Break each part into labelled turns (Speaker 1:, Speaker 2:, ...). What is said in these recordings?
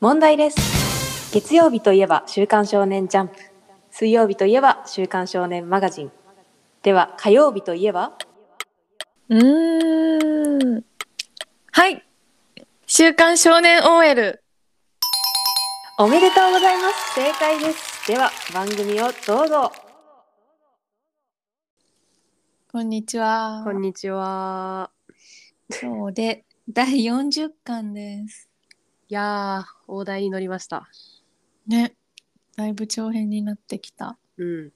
Speaker 1: 問題です月曜日といえば「週刊少年ジャンプ」水曜日といえば「週刊少年マガジン」では火曜日といえば
Speaker 2: うーん。はい。週刊少年 OL。
Speaker 1: おめでとうございます正解ですでは番組をどうぞ
Speaker 2: こんにちは。
Speaker 1: んにちは
Speaker 2: 今日で第40巻です。
Speaker 1: いやー大台に乗りました
Speaker 2: ね。だいぶ長編になってきた。
Speaker 1: うん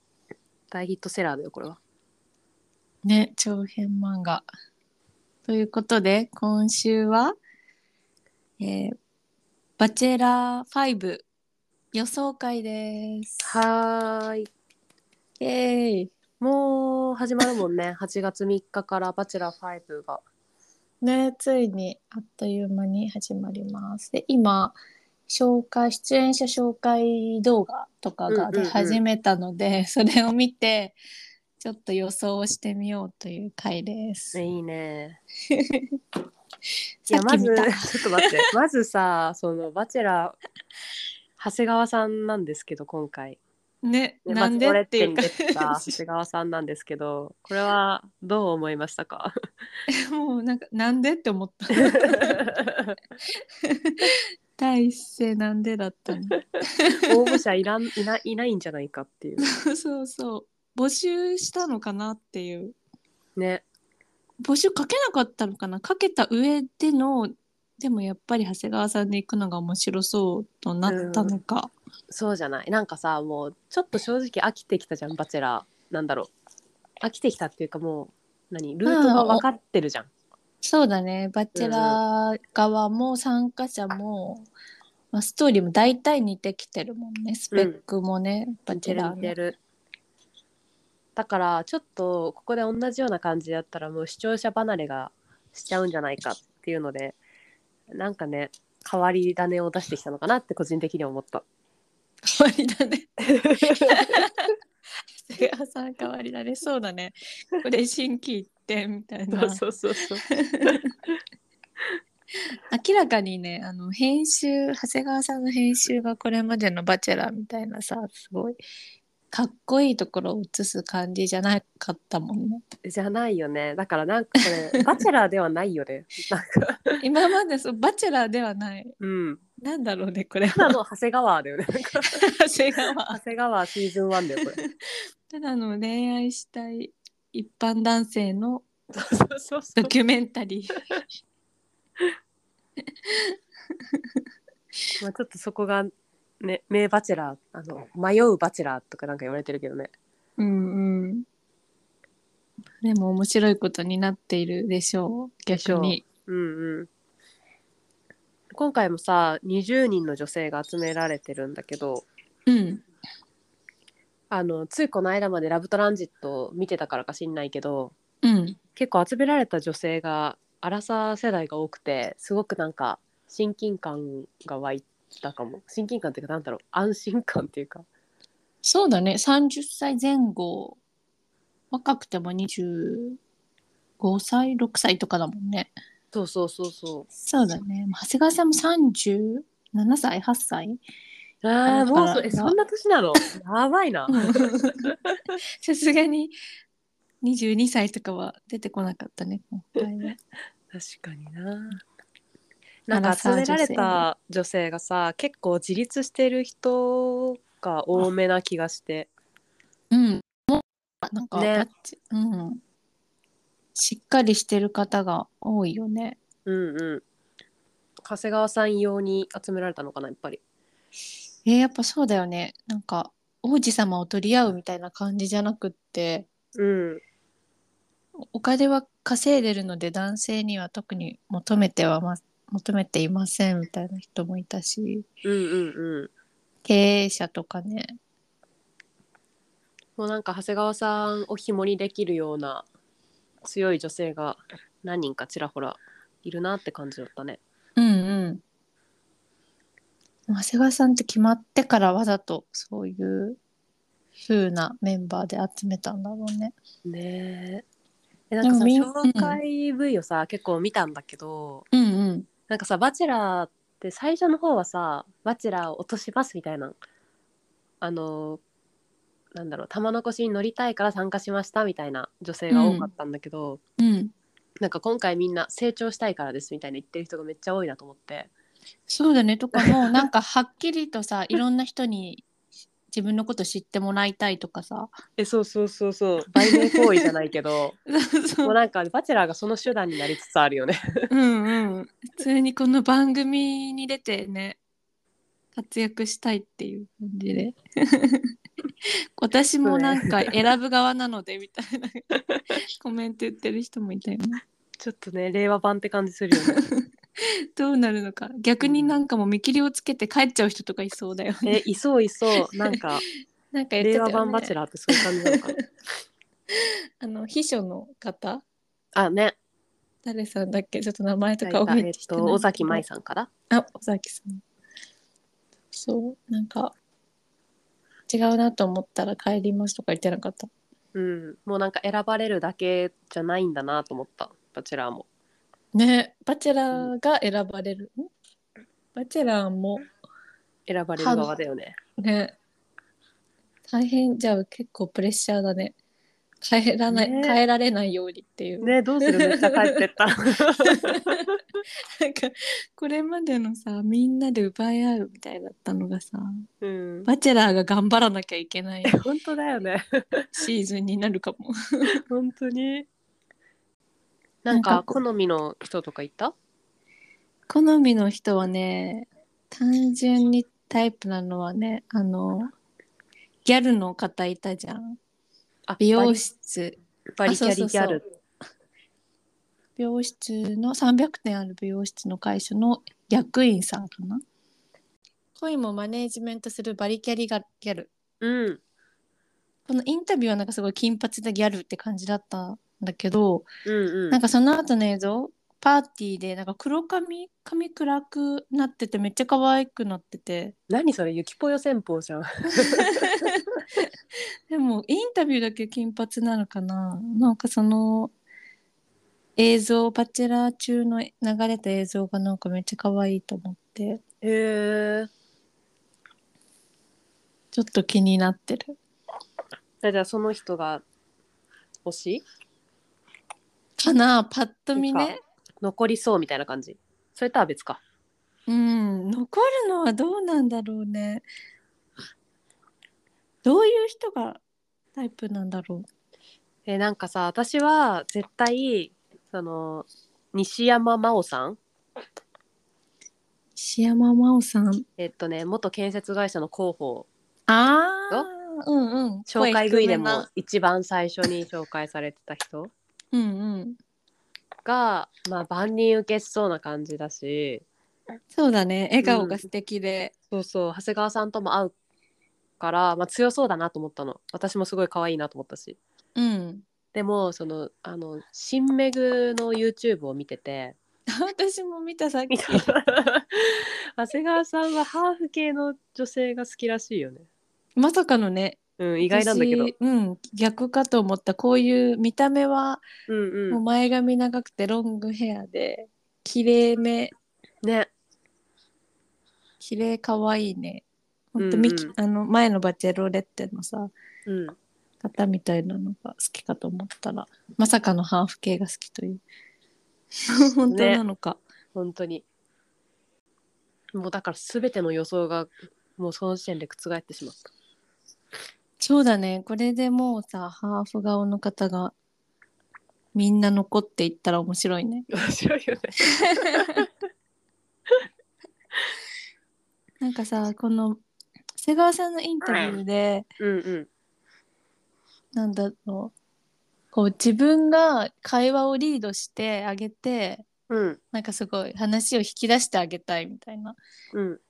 Speaker 1: 大ヒットセラーだよこれは
Speaker 2: ね。長編漫画。ということで、今週は、えーバチェラー5予想会です。
Speaker 1: はーい
Speaker 2: イェーイ。
Speaker 1: もう始まるもんね 8月3日から「バチェラー5」が
Speaker 2: ね、ついにあっという間に始まります。で、今、紹介、出演者紹介動画とかが
Speaker 1: うんうんう
Speaker 2: 出
Speaker 1: ん
Speaker 2: 始めたので、 それを見て、ちょっと予想をしてみようという回で す。
Speaker 1: いいねい
Speaker 2: さ
Speaker 1: や
Speaker 2: っ
Speaker 1: ま
Speaker 2: き
Speaker 1: ず
Speaker 2: 見た。
Speaker 1: ちょっと待ってまずさその「バチェラー」長谷川さんなんですけど今回、
Speaker 2: ね、
Speaker 1: ね
Speaker 2: なんで
Speaker 1: まず俺
Speaker 2: っていう
Speaker 1: に
Speaker 2: か
Speaker 1: 出てた長谷川さんなんですけどこれはどう思いました か
Speaker 2: もうなんか、なんでって 思った。第一声なんでだったの。
Speaker 1: 応募者いらんいないないんじゃないかっていう
Speaker 2: そうそう。募集したのかなっていう。
Speaker 1: ね
Speaker 2: 募集かけなかったのかなかけた上でのでもやっぱり長谷川さんで行くのが面白そうとなったのか、
Speaker 1: そうじゃないなんかさもうちょっと正直飽きてきたじゃん「バチェラー」なんだろう飽きてきたっていうかもう何ルートが分かってるじゃん、
Speaker 2: そうだね「バチェラー」側も参加者も、まあ、ストーリーも大体似てきてるもんねスペックもね、バ
Speaker 1: 似
Speaker 2: チ
Speaker 1: て
Speaker 2: ェ
Speaker 1: る
Speaker 2: ラー
Speaker 1: 似て
Speaker 2: の
Speaker 1: るだからちょっとここで同じような感じだったらもう視聴者離れがしちゃうんじゃないかっていうのでなんかね変わり種を出してきたのかなって個人的には思 った
Speaker 2: 変わりだね長谷川さん変わりだねそうだねこれ新規一点みたいな
Speaker 1: うそうそう
Speaker 2: 明らかにねあの編集長谷川さんの編集がこれまでの「バチェラー」みたいなさすごいかっこいいところを映す感じじゃなかったも んね
Speaker 1: じゃないよねだからなんか これバチェラーではないよねなんか
Speaker 2: 今までそう「バチェラー」ではない
Speaker 1: うん
Speaker 2: なんだろうねこれ
Speaker 1: ただ
Speaker 2: は
Speaker 1: の長谷川だよ ねなんか
Speaker 2: 長谷川
Speaker 1: 長谷川シーズン1だよこれ
Speaker 2: ただの恋愛したい一般男性の
Speaker 1: そうそうそ
Speaker 2: ドキュメンタリー
Speaker 1: まあちょっとそこがね名バチェラーあの迷うバチェラーとかなんか言われてるけどね
Speaker 2: うんうんでも面白いことになっているでしょう
Speaker 1: でしょ
Speaker 2: 逆
Speaker 1: う
Speaker 2: に
Speaker 1: うんうん、今回もさ20人の女性が集められてるんだけど
Speaker 2: うん
Speaker 1: あのついこの間まで「ラブトランジット」見てたからかしんないけど
Speaker 2: うん
Speaker 1: 結構集められた女性がアラサー世代が多くてすごくなんか親近感が湧いたかも親近感っていうかなんだろう安心感っていうか
Speaker 2: そうだね30歳前後若くても25歳6歳とかだもんね
Speaker 1: そうそうそうそ
Speaker 2: そうだね長谷川さんも37歳8歳
Speaker 1: うああ
Speaker 2: だか
Speaker 1: もう
Speaker 2: ら
Speaker 1: そえそんな年なのやばい な
Speaker 2: さすがに22歳とかは出てこなかったね今回は
Speaker 1: 確かにな。な
Speaker 2: ア
Speaker 1: ん
Speaker 2: ラ
Speaker 1: か
Speaker 2: サ
Speaker 1: 集
Speaker 2: ー女
Speaker 1: め
Speaker 2: 性
Speaker 1: られた女性がさ結構自立してる人が多めな気がして
Speaker 2: うんもうなんか、
Speaker 1: ね
Speaker 2: あっちうんしっかりしてる方が多いよね
Speaker 1: うんうん長谷川さん用に集められたのかなやっぱり
Speaker 2: えーやっぱそうだよねなんか王子様を取り合うみたいな感じじゃなくって
Speaker 1: うん
Speaker 2: お金は稼いでるので男性には特に求めてはま求めていませんみたいな人もいたし
Speaker 1: うんうんうん
Speaker 2: 経営者とかね
Speaker 1: もうなんか長谷川さんを紐にできるような強い女性が何人かちらほらいるなって感じだったね
Speaker 2: うんうん長谷川さんって決まってからわざとそういう風なメンバーで集めたんだろうね
Speaker 1: ねええなんかさ
Speaker 2: でもみん
Speaker 1: 紹介 V をさ、結構見たんだけど
Speaker 2: うんうん
Speaker 1: なんかさ「バチェラー」で最初の方はさ「バチェラーを落とします」みたいなあのなんだろう玉の輿に乗りたいから参加しましたみたいな女性が多かったんだけど、
Speaker 2: うん。
Speaker 1: なんか今回みんな成長したいからですみたいな言ってる人がめっちゃ多いなと思って
Speaker 2: そうだねとかもうなんかはっきりと さいろんな人に自分のこと知ってもらいたいとか さ
Speaker 1: えそうそうそうそう売名行為じゃないけ どもうなんかバチェラーがその手段になりつつあるよね
Speaker 2: うんうん普通にこの番組に出てね活躍したいっていう感じ で私もなんか選ぶ側なのでみたいなコメント言ってる人もいたよね
Speaker 1: ちょっとね令和版って感じするよね
Speaker 2: どうなるのか逆になんかもう見切りをつけて帰っちゃう人とかいそうだよね
Speaker 1: えいそういそうなん か
Speaker 2: なんか言って
Speaker 1: 令
Speaker 2: たよ
Speaker 1: 和
Speaker 2: ね
Speaker 1: 版バチェラーってそういう感じなのかな
Speaker 2: あの秘書の方
Speaker 1: あね
Speaker 2: 誰さんだっけちょっと名前と
Speaker 1: え
Speaker 2: か覚えて
Speaker 1: っと尾崎
Speaker 2: 舞
Speaker 1: 舞さんから
Speaker 2: あ、尾崎さん。そう、なんか、違うなと思ったら帰りますとか言ってなかった。
Speaker 1: うんもうなんか選ばれるだけじゃないんだなと思ったバチェラーも
Speaker 2: ね、バチェラーが選ばれる。んバチェラーも、
Speaker 1: 選ばれる側だよね
Speaker 2: ね、大変、じゃあ結構プレッシャーだね。帰らない、
Speaker 1: ね
Speaker 2: 帰られないようにっていう。
Speaker 1: ねどうするめっちゃ帰ってった
Speaker 2: なんか、これまでのさ、みんなで奪い合うみたいだったのがさ、
Speaker 1: うん
Speaker 2: バチェラーが頑張らなきゃいけない
Speaker 1: 本当だよね
Speaker 2: シーズンになるかも。
Speaker 1: 本当になん
Speaker 2: なん
Speaker 1: か
Speaker 2: かこ
Speaker 1: 好みの人とかいた
Speaker 2: 好みの人はね単純にタイプなのはねあのギャルの方いたじゃん
Speaker 1: あ
Speaker 2: 美容室
Speaker 1: バリバリキャリギャ
Speaker 2: あ
Speaker 1: ル
Speaker 2: 美容室の300点ある美容室の会社の役員さんかな恋もマネージメントするバリキャリがギャル
Speaker 1: うん
Speaker 2: このインタビューはなんかすごい金髪でギャルって感じだったんだけど、
Speaker 1: うんう
Speaker 2: な
Speaker 1: ん
Speaker 2: んかその後の映像パーティーでなんか黒髪髪暗くなっててめっちゃ可愛くなってて
Speaker 1: 何それゆきぽよ戦法じゃん
Speaker 2: でもインタビューだけ金髪なのかななんかその映像バチェラー中の流れた映像がなんかめっちゃ可愛いと思って
Speaker 1: へー
Speaker 2: ちょっと気になってる
Speaker 1: えじゃあその人が推し
Speaker 2: かなパッと見ね
Speaker 1: 残りそうみたいな感じそれとは別か
Speaker 2: うん残るのはどうなんだろうねどういう人がタイプなんだろ
Speaker 1: えーなんかさ私は絶対その西山真央さん
Speaker 2: う石山真央さん
Speaker 1: えっとね元建設会社の広報
Speaker 2: ああうんうん
Speaker 1: 紹介 V で
Speaker 2: 声低め
Speaker 1: も
Speaker 2: な
Speaker 1: 一番最初に紹介されてた人
Speaker 2: うんうん
Speaker 1: が、まあ、万人受けしそうな感じだし
Speaker 2: そうだね笑顔が素敵で、
Speaker 1: そうそう長谷川さんとも会うから、まあ、強そうだなと思ったの私もすごい可愛いなと思ったし
Speaker 2: うん
Speaker 1: でもそのあの新メグの YouTube を見てて
Speaker 2: 私も見たさっき
Speaker 1: 見た 長谷川さんはハーフ系の女性が好きらしいよね
Speaker 2: まさかのね
Speaker 1: うん意外なんだけど
Speaker 2: 私うん、逆かと思ったこういう見た目は
Speaker 1: うん
Speaker 2: も
Speaker 1: う
Speaker 2: うん前髪長くてロングヘアで綺麗め
Speaker 1: ね
Speaker 2: 綺麗可愛いねほんと
Speaker 1: うんうん
Speaker 2: ミキあの前のバチェロレッテのさ
Speaker 1: うん
Speaker 2: 方みたいなのが好きかと思ったらまさかのハーフ系が好きという 本当なのか、
Speaker 1: 本当にもうだから全ての予想がもうその時点で覆ってしまった
Speaker 2: そうだねこれでもうさハーフ顔の方がみんな残っていったら面白いね
Speaker 1: 面白い よね
Speaker 2: なんかさこの長谷川さんのインタビューで、
Speaker 1: うんうん
Speaker 2: なんだろうこう自分が会話をリードしてあげて
Speaker 1: うん
Speaker 2: なんかすごい話を引き出してあげたいみたいな
Speaker 1: うん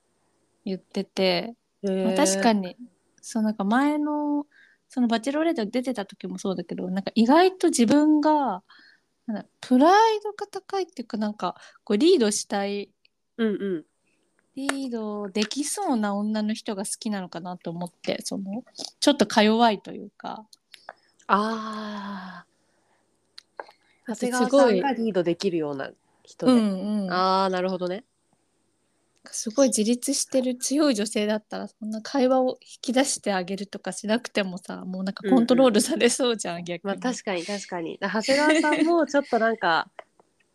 Speaker 2: 言ってて、まあ確
Speaker 1: 確
Speaker 2: か
Speaker 1: に
Speaker 2: にそうなんか前のその「バチェロレッド」出てた時もそうだけどなんか意外と自分がなんだプライドが高いっていうかなんかこうリードしたい
Speaker 1: うんうん
Speaker 2: リードできそうな女の人が好きなのかなと思ってそのちょっとか弱いというか
Speaker 1: ああ。長
Speaker 2: す
Speaker 1: 谷川
Speaker 2: ご
Speaker 1: さ
Speaker 2: い
Speaker 1: んがリードできるような人
Speaker 2: う
Speaker 1: で。
Speaker 2: んうん
Speaker 1: ああ、なるほどね。
Speaker 2: すごい自立してる強い女性だったらそんな会話を引き出してあげるとかしなくてもさもうなんかコントロールされそうじゃん、逆に、
Speaker 1: まあ確かに確かにだ長谷川さん もちょっとなんか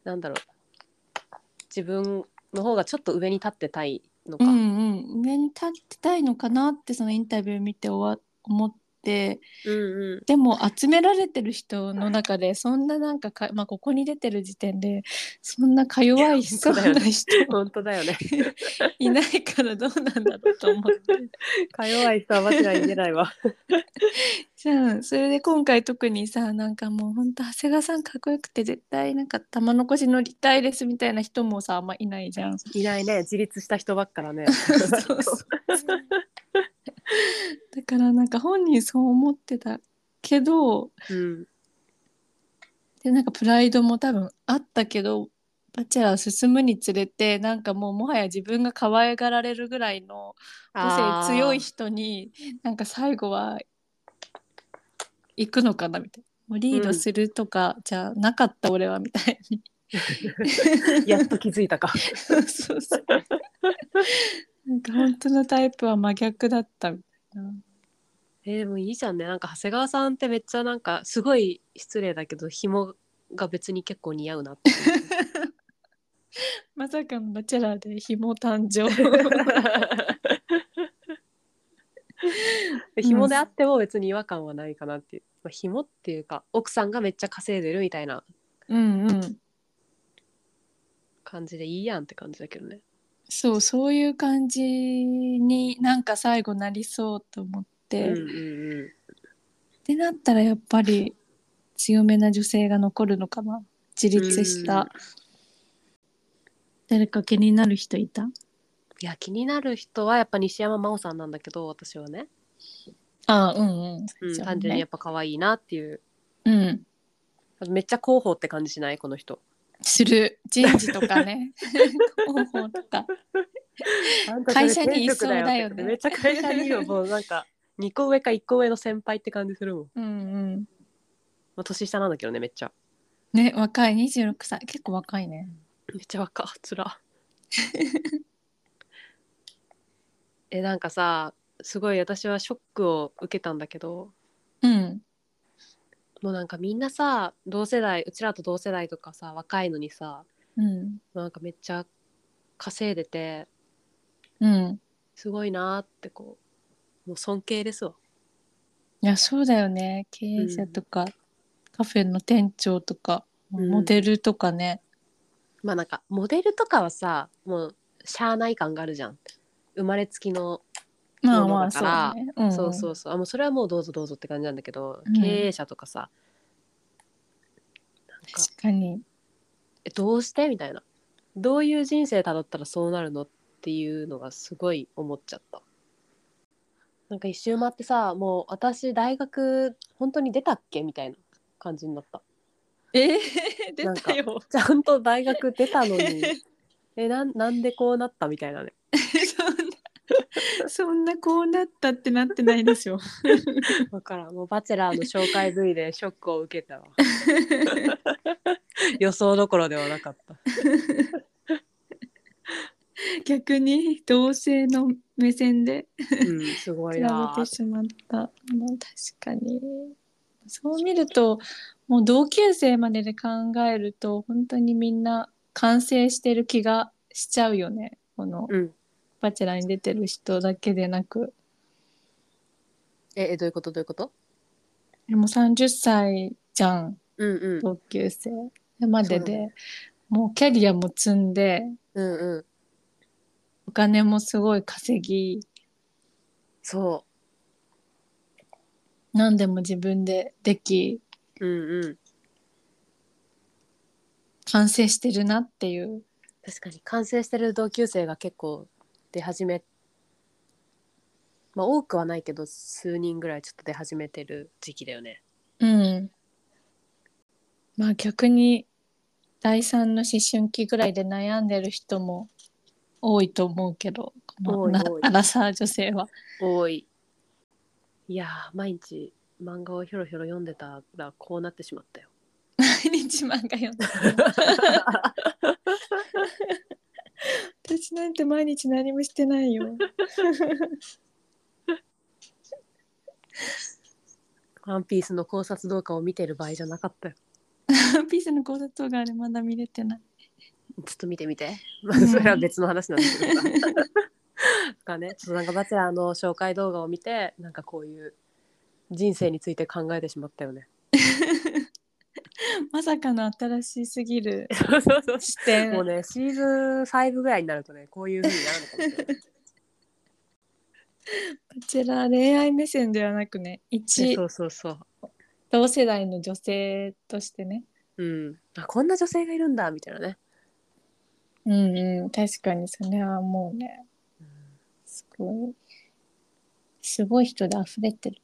Speaker 1: なんだろう自分の方がちょっと上に立ってたいのか、
Speaker 2: うんうん上に立ってたいのかなってそのインタビュー見ておわ思って
Speaker 1: うんうん
Speaker 2: でも集められてる人の中でそんななんかか、まあ、ここに出てる時点でそんなか弱いそうな人
Speaker 1: 本当だよね
Speaker 2: いないからどうなんだろうと思って
Speaker 1: か弱い人は間違い出ないわ
Speaker 2: じゃあそれで今回特にさなんかもうほんと長谷川さんかっこよくて絶対なんか玉残し乗りたいですみたいな人もさあんまいないじゃん。
Speaker 1: いないね自立した人ばっからね
Speaker 2: そうそうだからなんか本人そう思ってたけど
Speaker 1: うん
Speaker 2: でなんかプライドも多分あったけどバチェラー進むにつれてなんかもうもはや自分が可愛がられるぐらいの個性強い人になんか最後は行くのかなみたいな。もうリードするとか、じゃなかった俺はみたい に
Speaker 1: あーやっと気づいたか
Speaker 2: そうそうそう。なんか本当のタイプは真逆だったみたいな。
Speaker 1: えーでもいいじゃんねなんか長谷川さんってめっちゃなんかすごい失礼だけど紐が別に結構似合うなって
Speaker 2: まさかのバチェラーで紐誕生。
Speaker 1: 紐 であっても別に違和感はないかなっていう、まあ、紐っていうか奥さんがめっちゃ稼いでるみたいな
Speaker 2: うんうん。
Speaker 1: 感じでいいやんって感じだけどね
Speaker 2: そうそういう感じになんか最後なりそうと思って、
Speaker 1: うんう
Speaker 2: っ
Speaker 1: んうん
Speaker 2: てなったらやっぱり強めな女性が残るのかな自立した、
Speaker 1: うん
Speaker 2: 誰か気になる人いた
Speaker 1: いや気になる人はやっぱ西山真央さんなんだけど私はね、
Speaker 2: あうんうん、
Speaker 1: うん、
Speaker 2: そうね
Speaker 1: 単純にやっぱ可愛いなっていう
Speaker 2: うん
Speaker 1: めっちゃ広報って感じしないこの人
Speaker 2: する人事とかね 広報とか会社にいそうだよね
Speaker 1: めっちゃ会社にいよもうなんか2個上か1個上の先輩って感じするもん、
Speaker 2: うんうん
Speaker 1: まあ、年下なんだけどねめっちゃ
Speaker 2: ね若い26歳結構若いね
Speaker 1: めっちゃ若っつら えなんかさすごい私はショックを受けたんだけど
Speaker 2: うん
Speaker 1: もうなんかみんなさ同世代うちらと同世代とかさ若いのにさ
Speaker 2: うん
Speaker 1: なんかめっちゃ稼いでて
Speaker 2: うん
Speaker 1: すごいなーってこうもう尊敬ですわ
Speaker 2: いやそうだよね経営者とか、カフェの店長とか
Speaker 1: うん
Speaker 2: モデルとかね、
Speaker 1: まあなんかモデルとかはさもうしゃあない感があるじゃん生まれつきの、
Speaker 2: まあまあ
Speaker 1: そ
Speaker 2: そう
Speaker 1: だ
Speaker 2: うだ
Speaker 1: から
Speaker 2: ね、うん、
Speaker 1: そうそうそうあもうそれはもうどうぞどうぞって感じなんだけど、
Speaker 2: うん
Speaker 1: 経営者とかさ
Speaker 2: 確かに
Speaker 1: えどうしてみたいなどういう人生たどったらそうなるのっていうのがすごい思っちゃったなんか一周回ってさもう私大学本当に出たっけみたいな感じになった
Speaker 2: えー、
Speaker 1: なん
Speaker 2: 出
Speaker 1: か
Speaker 2: たよ
Speaker 1: ちゃんと大学出たの にえなんなんでこうなったみたいなね
Speaker 2: そんな そんなこうなったってなってないでしょ
Speaker 1: わからんもうバチェラーの紹介 V でショックを受け たわ予想どころではなかった
Speaker 2: 逆に同性の目線で
Speaker 1: うんすごい
Speaker 2: 比べ
Speaker 1: な
Speaker 2: てしまったまあ確かにそう見るともう同級生までで考えると本当にみんな完成してる気がしちゃうよねこの
Speaker 1: うん
Speaker 2: 「バチェラー」に出てる人だけでなく
Speaker 1: ええどういうことどういうこと
Speaker 2: でも30歳じゃん
Speaker 1: うんうん
Speaker 2: 同級生まで
Speaker 1: そうだ
Speaker 2: でもうキャリアも積んで
Speaker 1: うんうん
Speaker 2: お金もすごい稼ぎ
Speaker 1: そ
Speaker 2: 何でも自分ででき
Speaker 1: ううんうん
Speaker 2: 完成してるなっていう
Speaker 1: 確かに完成してる同級生が結構出始めまあ多くはないけど数人ぐらいちょっと出始めてる時期だよね
Speaker 2: うん。まあ逆に第三の思春期ぐらいで悩んでる人も多いと思うけど、このな
Speaker 1: 多い多い
Speaker 2: アラサー女性は。
Speaker 1: 多いいやー毎日漫画をひょろひょろ読んでたらこうなってしま ったよ
Speaker 2: 毎日漫画読んでる私なんて毎日何もしてないよ。
Speaker 1: ワンピースの考察動画を見てる場合じゃなかったよ。
Speaker 2: ワン ピースの考察動画あれまだ見れてない。
Speaker 1: ちょっと見てみて。まあ
Speaker 2: うん
Speaker 1: それは別の話なんですけ どさ。がね、ちょっとなんかバチェラーの紹介動画を見て、なんかこういう人生について考えてしまったよ ね。
Speaker 2: まさかの新しすぎる
Speaker 1: そうそうそう。
Speaker 2: 視 点。
Speaker 1: もうね、シーズン5ぐらいになるとね、こういう風になるのかもしれ ない。
Speaker 2: こちら恋愛目線ではなくね、一
Speaker 1: そうそうそう。
Speaker 2: 同世代の女性としてね。
Speaker 1: うん。あ、こんな女性がいるんだ、みたいなね。
Speaker 2: うんうん、確かにそれはもうね、すごい、すごい人で溢れてる。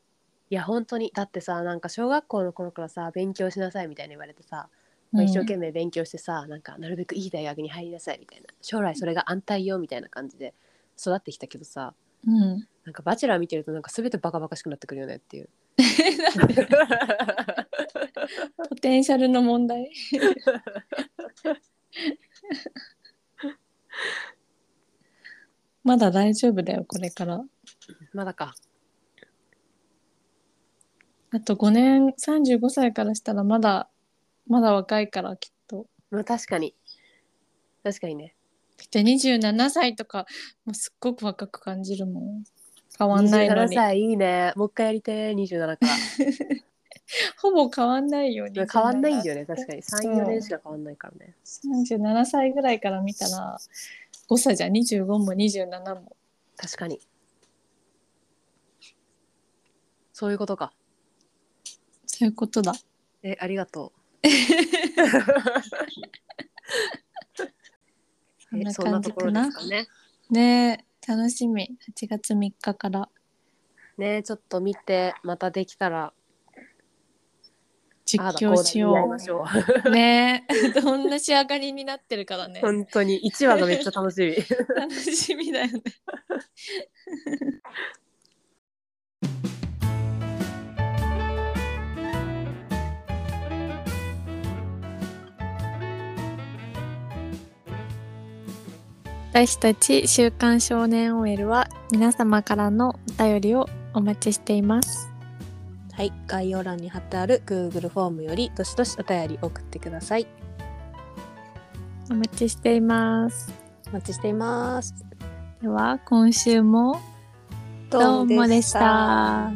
Speaker 1: いや、本当に。だってさ、なんか小学校の頃からさ、勉強しなさいみたいに言われてさ、まあ一生懸命勉強してさ、なんかなるべくいい大学に入りなさいみたいな。将来それが安泰よ、みたいな感じで育ってきたけどさ、
Speaker 2: うん。うん
Speaker 1: なんかバチェラー見てるとなんか全てバカバカしくなってくるよねって いう。
Speaker 2: ポテンシャルの問題まだ大丈夫だよこれから
Speaker 1: まだか。
Speaker 2: あと5年35歳からしたらまだまだ若いからきっと
Speaker 1: まあ確かに。確かにね。
Speaker 2: だって27歳とかもうすっごく若く感じるもん変わんないの
Speaker 1: 27
Speaker 2: に
Speaker 1: 歳いいね。もう一回やりてー、27から。
Speaker 2: ほぼ変わんないよ
Speaker 1: まあ変わんないんだよね、
Speaker 2: 27
Speaker 1: 確かに。
Speaker 2: そう
Speaker 1: 3、4年しか変わんないからね。
Speaker 2: 37歳ぐらいから見たら5歳じゃん25も27も
Speaker 1: 確かに。そういうことか。
Speaker 2: そういうことだ
Speaker 1: え、ありがと
Speaker 2: そ。
Speaker 1: うんえ
Speaker 2: な
Speaker 1: そんな
Speaker 2: 感じ
Speaker 1: とこ
Speaker 2: か
Speaker 1: ろ
Speaker 2: な
Speaker 1: ですかね。
Speaker 2: ねえ楽しみ8月3日から
Speaker 1: ねちょっと見て、またできたら、
Speaker 2: 実
Speaker 1: ああだこう
Speaker 2: 況
Speaker 1: だ
Speaker 2: し
Speaker 1: 言い合い
Speaker 2: よ
Speaker 1: ましょ
Speaker 2: うねえ どんな仕上がりになってるか らね
Speaker 1: う。 本当に、1話がめっちゃ楽しみ。
Speaker 2: 楽しみだよね 私たち週刊少年 OL は皆様からのお便りをお待ちしています
Speaker 1: はい、概要欄に貼ってある Google フォームより、どしどしお便り送ってください。
Speaker 2: お待ちしています
Speaker 1: お待ちしています。
Speaker 2: では今週もどうもでした。